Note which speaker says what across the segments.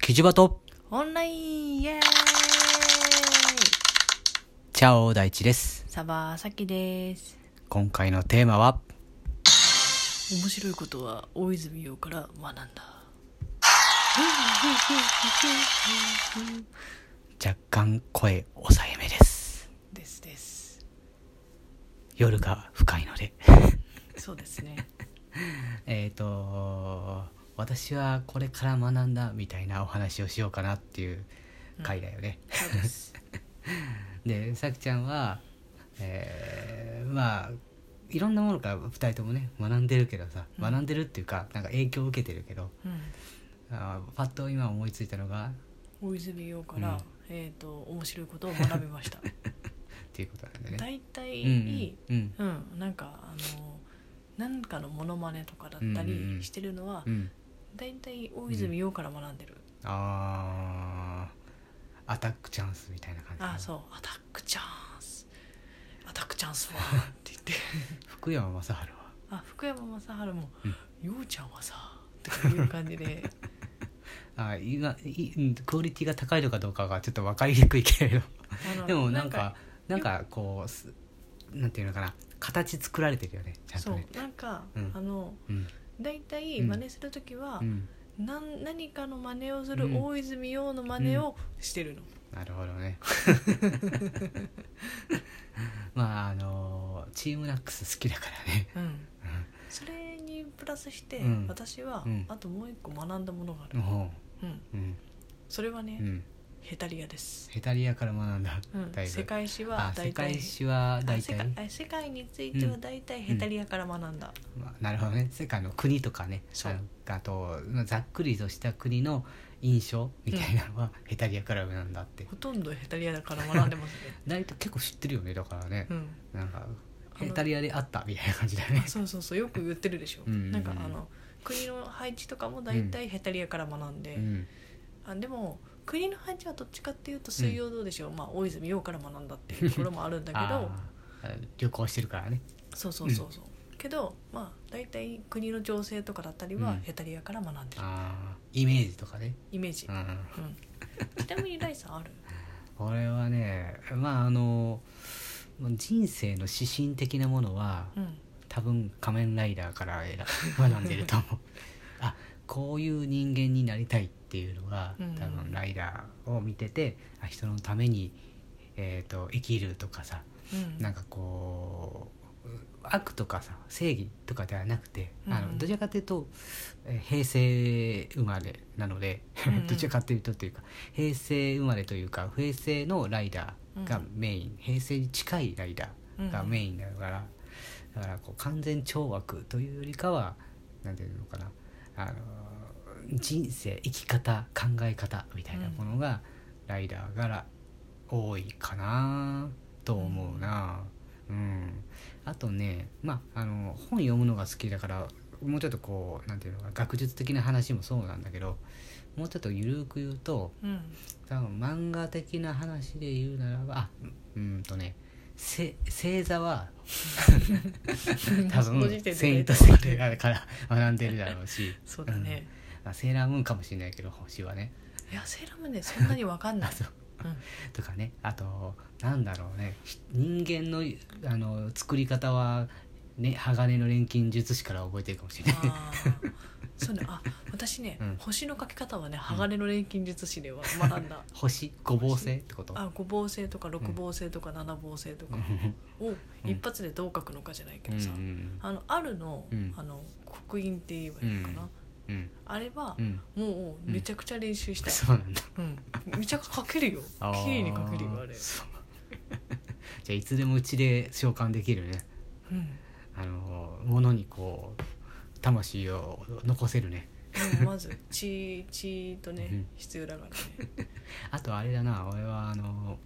Speaker 1: キジバト、
Speaker 2: オンラインイエーイ
Speaker 1: チャオ大地です。
Speaker 2: サバーサキです
Speaker 1: 今回のテーマは、
Speaker 2: 面白いことは大泉洋から学んだ
Speaker 1: 若干声抑えめです。
Speaker 2: ですです
Speaker 1: 夜が深いので。
Speaker 2: そうですね
Speaker 1: えっと、私はこれから学んだみたいなお話をしようかなっていう回だよね。
Speaker 2: そうです
Speaker 1: で、さきちゃんは、えーまあ、いろんなものから2人ともね、学んでるけどさ、学んでるっていうか、なんか影響を受けてるけど、
Speaker 2: うん
Speaker 1: あーパッと今思いついたのが、
Speaker 2: 大泉洋か
Speaker 1: う
Speaker 2: ら、
Speaker 1: ん
Speaker 2: えっ、と面白いことを学びま した
Speaker 1: っていうことなんだよね。
Speaker 2: 大体
Speaker 1: うんうんうん
Speaker 2: うん、なんかあのなんかのモノマネとかだった
Speaker 1: うんうんう
Speaker 2: り
Speaker 1: ん
Speaker 2: してるのは、
Speaker 1: うん
Speaker 2: 大体大泉洋から学んでる、
Speaker 1: あーアタックチャンスみたいな感じ
Speaker 2: ああそうアタックチャンスアタックチャン スはって言って
Speaker 1: 福山雅治は
Speaker 2: あ福山雅治も
Speaker 1: うん
Speaker 2: 「ようちゃんはさ」とかいう感 じで
Speaker 1: あーいがいうんクオリティが高いのかどうかがちょっと分かりにくいけれ
Speaker 2: あ
Speaker 1: ど
Speaker 2: の
Speaker 1: でもなんかなんかこうすなんていうのかな形作られてるよねちゃんと
Speaker 2: そう
Speaker 1: ね
Speaker 2: なんか、
Speaker 1: うん
Speaker 2: あの
Speaker 1: うん
Speaker 2: 大体
Speaker 1: うん
Speaker 2: 真似する時は、
Speaker 1: うん
Speaker 2: なん何かの真似をする
Speaker 1: うん
Speaker 2: 大泉洋の真似をしてるの、
Speaker 1: なるほどね まああのーチームナックス好きだからね
Speaker 2: うんそれにプラスして、
Speaker 1: うん
Speaker 2: 私は、
Speaker 1: うん
Speaker 2: あともう一個学んだものがあ
Speaker 1: う
Speaker 2: る、
Speaker 1: ん
Speaker 2: うん、
Speaker 1: うん
Speaker 2: それはね、
Speaker 1: うん
Speaker 2: ヘタリアです、
Speaker 1: ヘタリアから学んだ
Speaker 2: うん、
Speaker 1: だいぶ
Speaker 2: 世界史は
Speaker 1: あ世
Speaker 2: 大
Speaker 1: 界
Speaker 2: 体
Speaker 1: 史は
Speaker 2: あ
Speaker 1: 大
Speaker 2: 世
Speaker 1: 体
Speaker 2: 界あ世界については大体ヘタリアから学んだ、
Speaker 1: まあ、なるほどね世界の国とかね
Speaker 2: そう
Speaker 1: あのあとざっくりとした国の印象みたいなのは、ヘタリアクラブなんだって
Speaker 2: ほとんどヘタリアから学んでます ね、
Speaker 1: 大体結構知ってるよねだからね
Speaker 2: う、ん
Speaker 1: なんか
Speaker 2: あ
Speaker 1: ヘ
Speaker 2: の
Speaker 1: タリアであったみたいな感じだよね
Speaker 2: あそうそうそうよく言ってるでしょ
Speaker 1: うんうんうん
Speaker 2: なんかあの国の配置とかも大体ヘタリアから学んで、
Speaker 1: うん
Speaker 2: あでも国の配置はどっちかっていうと水曜どうでしょう、まあ大泉洋から学んだっていうところもあるんだけ ど
Speaker 1: あー旅行してるからね
Speaker 2: そうそうそうそう、けどまあ大体国の情勢とかだったり
Speaker 1: う
Speaker 2: は
Speaker 1: ん
Speaker 2: ヘタリアから学んでる、
Speaker 1: あーイメージとかね、
Speaker 2: イメージ、
Speaker 1: う
Speaker 2: うん
Speaker 1: ん、
Speaker 2: ちなみにライさ んある
Speaker 1: これはねまああの人生の指針的なものは
Speaker 2: うん
Speaker 1: 多分仮面ライダーからえら学んでると思うあこういう人間になりたいっていうのが
Speaker 2: うん
Speaker 1: 多分ライダーを見てて、あ人のために、えー、と生きるとかさ
Speaker 2: うん
Speaker 1: なんかこう悪とかさ正義とかではなくて、あ
Speaker 2: うんう
Speaker 1: の
Speaker 2: ん
Speaker 1: どちらかというと、えー平成生まれなので、
Speaker 2: うんう ん
Speaker 1: どちらかというとというか平成生まれというか平成のライダーがメイン、平成に近いライダーがメインだから、だからこう完全懲悪というよりかはなんていうのかなあの人生生き方考え方みたいなものが、ライダーから多いかなと思うな、うんあとねまああの本読むのが好きだからもうちょっとこうなんていうのかな学術的な話もそうなんだけどもうちょっとゆるく言うと
Speaker 2: うん
Speaker 1: 多分漫画的な話で言うならばあうーんとねせ星座は多
Speaker 2: その
Speaker 1: 分
Speaker 2: 時点で
Speaker 1: セイントセイヤから学んでるだろうし
Speaker 2: そうだね、、
Speaker 1: うんあセーラームーンかもしれないけど星はね
Speaker 2: いやセーラームーンねそんなにわかんな
Speaker 1: あ
Speaker 2: い
Speaker 1: そう
Speaker 2: うん
Speaker 1: とかねあとなんだろうねひ人間のあの作り方は、ね、鋼の錬金術師から覚えてるかもしれない
Speaker 2: あーそうね、あ私ね、
Speaker 1: うん
Speaker 2: 星の描き方はね鋼の錬金術師では学んだ、
Speaker 1: 星五芒星ってこと
Speaker 2: あ五芒星とか六芒星とか七芒星とかを
Speaker 1: ん
Speaker 2: 一発でどう描くのかじゃないけ
Speaker 1: うんう
Speaker 2: どさ、
Speaker 1: ん
Speaker 2: あのあるの,、
Speaker 1: うん
Speaker 2: あの刻印って言えばいいのかな、
Speaker 1: うんうん
Speaker 2: あれは
Speaker 1: う、ん
Speaker 2: もうめちゃくちゃ練習したい、
Speaker 1: そうなんだ
Speaker 2: うんめちゃくちゃ描けるよ
Speaker 1: あー
Speaker 2: 綺麗に描けるよあれ、
Speaker 1: そうじゃあいつでもうちで召喚できるね
Speaker 2: うん、
Speaker 1: あの物にこう魂を残せるね
Speaker 2: でもまず血血とね、
Speaker 1: うん
Speaker 2: 必要だからね
Speaker 1: あとあれだな俺はあの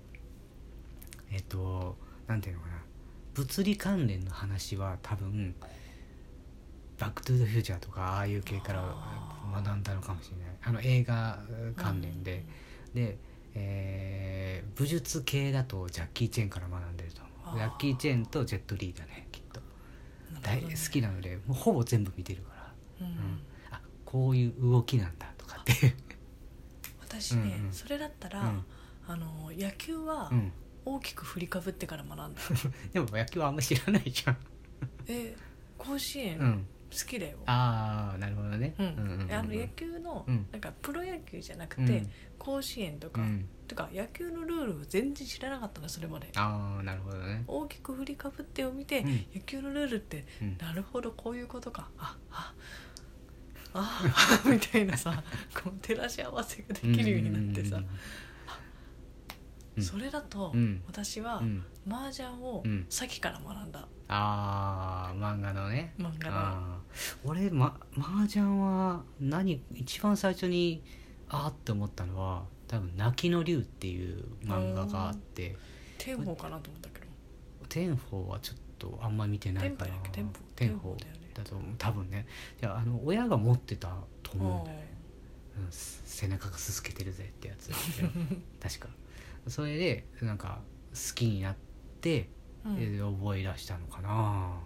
Speaker 1: えっとなんていうのかな物理関連の話は多分「バック・トゥ・ザ・フューチャー」とかああいう系から
Speaker 2: あー
Speaker 1: 学んだのかもしれないあの映画関連で、で、えー武術系だとジャッキー・チェンから学んでると思
Speaker 2: あー
Speaker 1: うジャッキー・チェンとジェット・リーだねきっと
Speaker 2: うんなる
Speaker 1: 大
Speaker 2: ほど
Speaker 1: 好
Speaker 2: ね
Speaker 1: きなのでもうほぼ全部見てるから
Speaker 2: うん
Speaker 1: あこういう動きなんだとかっていう
Speaker 2: 私ね、
Speaker 1: うんうん
Speaker 2: それだったら、
Speaker 1: うん
Speaker 2: あの野球は
Speaker 1: うん、
Speaker 2: 大きく振りかぶってから学 んだ、
Speaker 1: でも野球はあんま知らないじゃん、
Speaker 2: え甲子園、
Speaker 1: う
Speaker 2: 好
Speaker 1: ん、
Speaker 2: きだよ
Speaker 1: ああなるほどね
Speaker 2: うん
Speaker 1: うんうん
Speaker 2: あの野球の、
Speaker 1: うん
Speaker 2: なんかプロ野球じゃなく
Speaker 1: う
Speaker 2: て、
Speaker 1: ん
Speaker 2: 甲子園と
Speaker 1: う
Speaker 2: か、
Speaker 1: ん、
Speaker 2: とか野球のルールを全然知らなかったのそれまで
Speaker 1: ああなるほどね
Speaker 2: 大きく振りかぶってを見て、
Speaker 1: うん
Speaker 2: 野球のルールって
Speaker 1: うん
Speaker 2: なるほどこういうことかあああ みたいなさこう照らし合わせができるようになってさ、
Speaker 1: うん
Speaker 2: それだと、
Speaker 1: うん
Speaker 2: 私は、
Speaker 1: うんうん
Speaker 2: 麻雀を
Speaker 1: うん
Speaker 2: 先から学んだ
Speaker 1: ああ漫画のね
Speaker 2: 漫画の
Speaker 1: あー俺ま麻雀は何一番最初にあーって思ったのは多分「泣きの竜」っていう漫画があって
Speaker 2: 天宝かなと思ったけど
Speaker 1: 天宝はちょっとあんま見てない
Speaker 2: 天
Speaker 1: か
Speaker 2: 宝
Speaker 1: ら
Speaker 2: だっけ天宝
Speaker 1: 天宝
Speaker 2: だよね
Speaker 1: だと思う多分ねいやあの親が持ってたと思うんだよね
Speaker 2: う
Speaker 1: うん背中がすすけてるぜってやつ だけど確かそれでなんか好きになって、
Speaker 2: ん
Speaker 1: えー覚え出したのかな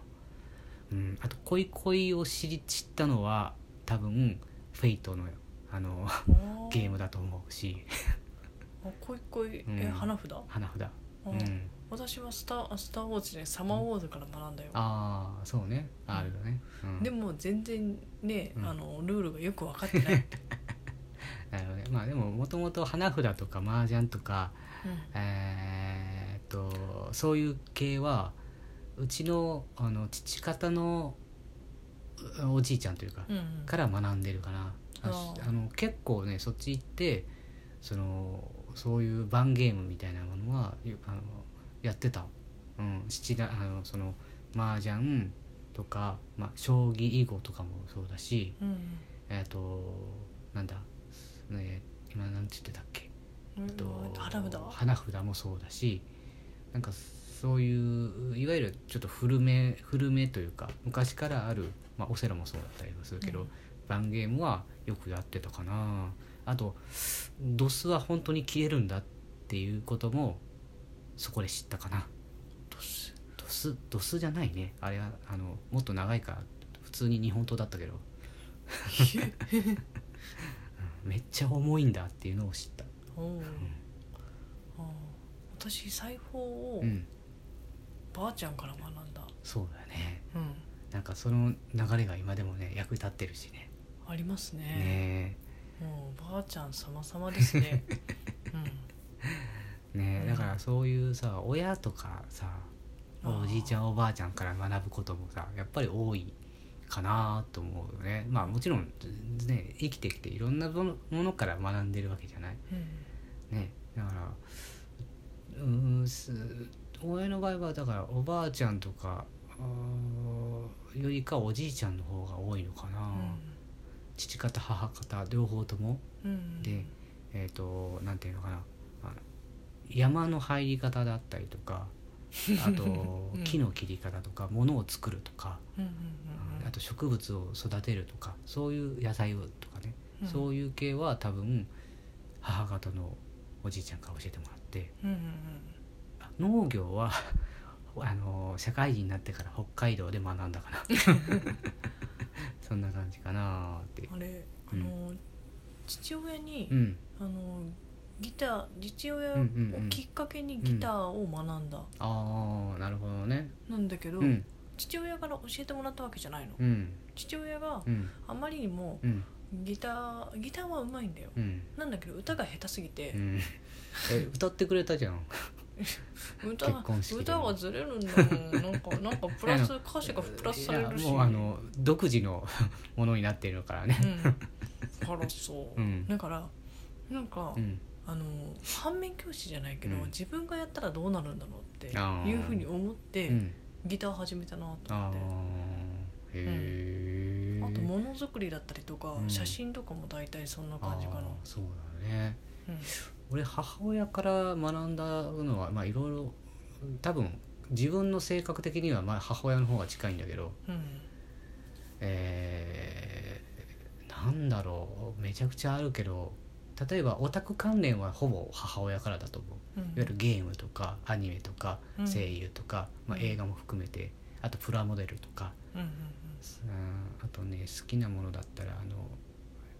Speaker 1: うんあと「恋恋」を知り知ったのは多分「フェイトのあ の
Speaker 2: お
Speaker 1: ゲームだと思うし
Speaker 2: あこいこい
Speaker 1: うん
Speaker 2: え花札
Speaker 1: 花札
Speaker 2: う
Speaker 1: うんん
Speaker 2: 私はスター「スター・ウォーズ」ね「サマー・ウォーズ」から学んだよ
Speaker 1: ああそうねあるよね、うん、
Speaker 2: でも全然ね
Speaker 1: うん
Speaker 2: あのルールがよく分かって ない
Speaker 1: なるほどねまあでももともと花札とか麻雀とか
Speaker 2: うん
Speaker 1: えーっとそういう系はうちのあの父方のうおじいちゃんというか、
Speaker 2: うんうん
Speaker 1: から学んでるかなあ
Speaker 2: あー
Speaker 1: あの結構ねそっち行ってそのそういう盤ゲームみたいなものはよあのやってた、うん、七段あのその麻雀とか、まあ、将棋囲碁とかもそうだし
Speaker 2: うん
Speaker 1: えーっとなんだ、ね、今なんて言ってたっけ
Speaker 2: うん
Speaker 1: えっと
Speaker 2: 花札
Speaker 1: 花札もそうだしなんかそういういわゆるちょっと古め古めというか昔からある、まあ、オセロもそうだったりもするけど、
Speaker 2: うん
Speaker 1: 盤ゲームはよくやってたかなあとドスは本当に消えるんだっていうこともそこで知ったかな
Speaker 2: ドス
Speaker 1: ドスドスじゃないねあれはあのもっと長いから普通に日本刀だったけどうんめっちゃ重いんだっていうのを知った、
Speaker 2: おうあ私裁縫を
Speaker 1: うん、
Speaker 2: ばあちゃんから学んだ
Speaker 1: そうだね
Speaker 2: うん
Speaker 1: なんかその流れが今でもね役立ってるしね
Speaker 2: ありますね
Speaker 1: ね
Speaker 2: もうばあちゃん様々ですね うん
Speaker 1: えねえ
Speaker 2: うん
Speaker 1: だからそういうさ親とかさ
Speaker 2: あー
Speaker 1: おじいちゃんおばあちゃんから学ぶこともさやっぱり多いかなと思うよねまあもちろんね生きてきていろんなものものから学んでるわけじゃない
Speaker 2: うん
Speaker 1: ねだからうーんす親の場合はだからおばあちゃんとかあーよりかおじいちゃんの方が多いのかな、父方母方両方とも
Speaker 2: うんうん
Speaker 1: でえっ、となんていうのかなあの山の入り方だったりとかあと
Speaker 2: うん
Speaker 1: 木の切り方とか物を作るとか、
Speaker 2: うんうんうん
Speaker 1: あと植物を育てるとかそういう野菜をとかね、
Speaker 2: うん
Speaker 1: そういう系は多分母方のおじいちゃんから教えてもらって
Speaker 2: うんうん
Speaker 1: あ農業はあの社会人になってから北海道で学んだ かなそんな感じかなーって
Speaker 2: うんあれあの父親に
Speaker 1: うん
Speaker 2: あのギター父親を
Speaker 1: うんうんうん
Speaker 2: きっかけにギターを学んだ
Speaker 1: ああなるほどね
Speaker 2: なんだけど
Speaker 1: うん
Speaker 2: 父親から教えてもらったわけじゃないの
Speaker 1: うん
Speaker 2: 父親が
Speaker 1: うん
Speaker 2: あまりにも
Speaker 1: うん
Speaker 2: ギターギターはうまいんだよ
Speaker 1: うん
Speaker 2: なんだけど歌が下手すぎて
Speaker 1: う、ん え歌ってくれたじゃん
Speaker 2: 歌は
Speaker 1: 結婚式で
Speaker 2: 歌はずれるんだもん なんかなんかプラス歌詞がプラスされる
Speaker 1: い
Speaker 2: し
Speaker 1: やもうあの独自のものになってるからね
Speaker 2: うん、だからそ
Speaker 1: う
Speaker 2: う、
Speaker 1: ん
Speaker 2: だからなんか、
Speaker 1: うん
Speaker 2: あの反面教師じゃないけど、
Speaker 1: うん
Speaker 2: 自分がやったらどうなるんだろうって
Speaker 1: あー
Speaker 2: いうふうに思って、
Speaker 1: うん
Speaker 2: ギター始めたなと思
Speaker 1: ああ
Speaker 2: って
Speaker 1: へえ
Speaker 2: あとものづくりだったりとか、
Speaker 1: うん
Speaker 2: 写真とかも大体そんな感じかな
Speaker 1: あーそうだね
Speaker 2: うん
Speaker 1: 俺母親から学んだのはまあいろいろ多分自分の性格的にはまあ母親の方が近いんだけど
Speaker 2: うん
Speaker 1: えーなんだろうめちゃくちゃあるけど例えばオタク関連はほぼ母親からだと思う
Speaker 2: う
Speaker 1: い
Speaker 2: ん
Speaker 1: わゆるゲームとかアニメとか
Speaker 2: うん
Speaker 1: 声優とか、まあ、
Speaker 2: うん
Speaker 1: 映画も含めてあとプラモデルとか、
Speaker 2: うんうん
Speaker 1: うんあとね好きなものだったらあの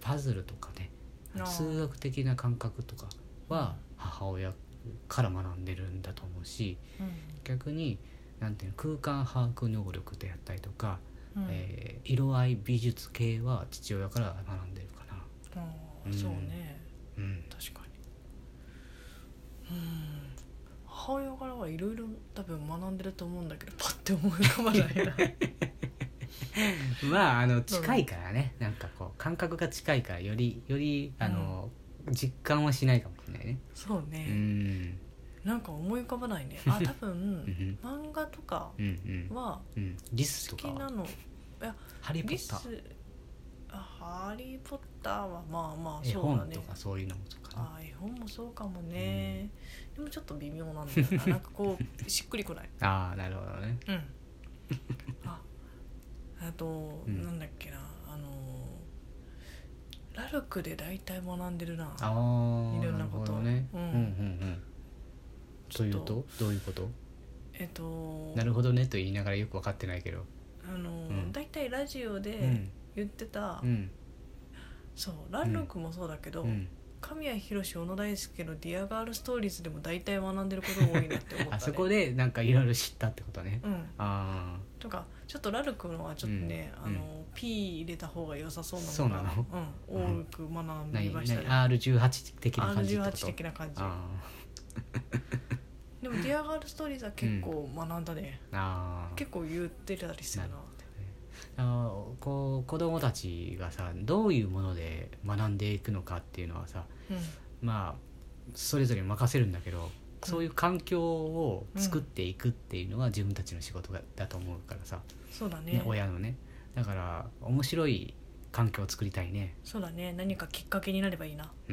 Speaker 1: パズルとかね
Speaker 2: あー
Speaker 1: 数学的な感覚とかは母親から学んでるんだと思うし逆になんていうの空間把握能力であったりとか、
Speaker 2: うんうん
Speaker 1: えー色合い美術系は父親から学んでるかな。
Speaker 2: あ
Speaker 1: うん
Speaker 2: ーそうね
Speaker 1: うん
Speaker 2: 確かにうん母親からはいろいろ多分学んでると思うんだけどパッて思い浮かばない な
Speaker 1: まああの近いからねなんかこう感覚が近いからよりよりあの、実感はしないかもしれないね。
Speaker 2: そう
Speaker 1: う
Speaker 2: ね、
Speaker 1: ん
Speaker 2: なんか思い浮かばないねあ多
Speaker 1: うんう
Speaker 2: 分
Speaker 1: ん
Speaker 2: 漫画とか
Speaker 1: うんうん
Speaker 2: は
Speaker 1: うんリス
Speaker 2: 好
Speaker 1: と
Speaker 2: き
Speaker 1: か
Speaker 2: な
Speaker 1: は
Speaker 2: の
Speaker 1: ハリー・ポ
Speaker 2: リ
Speaker 1: ッ
Speaker 2: ス
Speaker 1: ター
Speaker 2: あハリー・ポッターはまあまあ
Speaker 1: 絵
Speaker 2: そうだ
Speaker 1: 本
Speaker 2: ね
Speaker 1: とかそういうのとかな
Speaker 2: あ絵本もそうかもね、でもちょっと微妙なんだよ ななんかこうしっくりこない
Speaker 1: ああなるほどね
Speaker 2: うんああと、
Speaker 1: うん
Speaker 2: なんだっけなあのーラルクで大体学んでるな
Speaker 1: ああ
Speaker 2: いろん
Speaker 1: なる
Speaker 2: なこと
Speaker 1: ほどねう
Speaker 2: うんん
Speaker 1: うんうん
Speaker 2: ち
Speaker 1: と
Speaker 2: ょ
Speaker 1: い
Speaker 2: っ
Speaker 1: う
Speaker 2: と
Speaker 1: とどういうこと
Speaker 2: えっと
Speaker 1: なるほどねと言いながらよく分かってないけど
Speaker 2: あのー、
Speaker 1: うん
Speaker 2: 大体ラジオ
Speaker 1: う
Speaker 2: で
Speaker 1: ん
Speaker 2: 言ってた、
Speaker 1: うん
Speaker 2: そうラルクもそうだけど、
Speaker 1: うん、
Speaker 2: 神谷浩史小野大輔の「ディアガールストーリーズ」でも大体学んでることが多いなって思った、ね
Speaker 1: あそこでなんかいろいろ知ったってことね
Speaker 2: うん
Speaker 1: あ
Speaker 2: とかちょっとラルクのはちょっとね、
Speaker 1: うん
Speaker 2: あの P 入れた方が良さそうな
Speaker 1: そうな
Speaker 2: が
Speaker 1: の
Speaker 2: うん、多く
Speaker 1: あ
Speaker 2: 学び
Speaker 1: 何
Speaker 2: ま
Speaker 1: 何
Speaker 2: したね
Speaker 1: R18 的な感じってこ
Speaker 2: R18
Speaker 1: と
Speaker 2: 的な感じ
Speaker 1: あ
Speaker 2: でも「ディアガールストーリーズ」は結構学んだね、
Speaker 1: ーあー
Speaker 2: 結構言ってたりするなって
Speaker 1: あのこう子供たちがさどういうもので学んでいくのかっていうのはさまあそれぞれに任せるんだけどそういう環境を作っていくっていうのは自分たちの仕事だだと思うからさ、
Speaker 2: うんそうだね
Speaker 1: ね親のねだから面白い環境を作りたいね
Speaker 2: そうだね何かきっかけになればいいな
Speaker 1: うん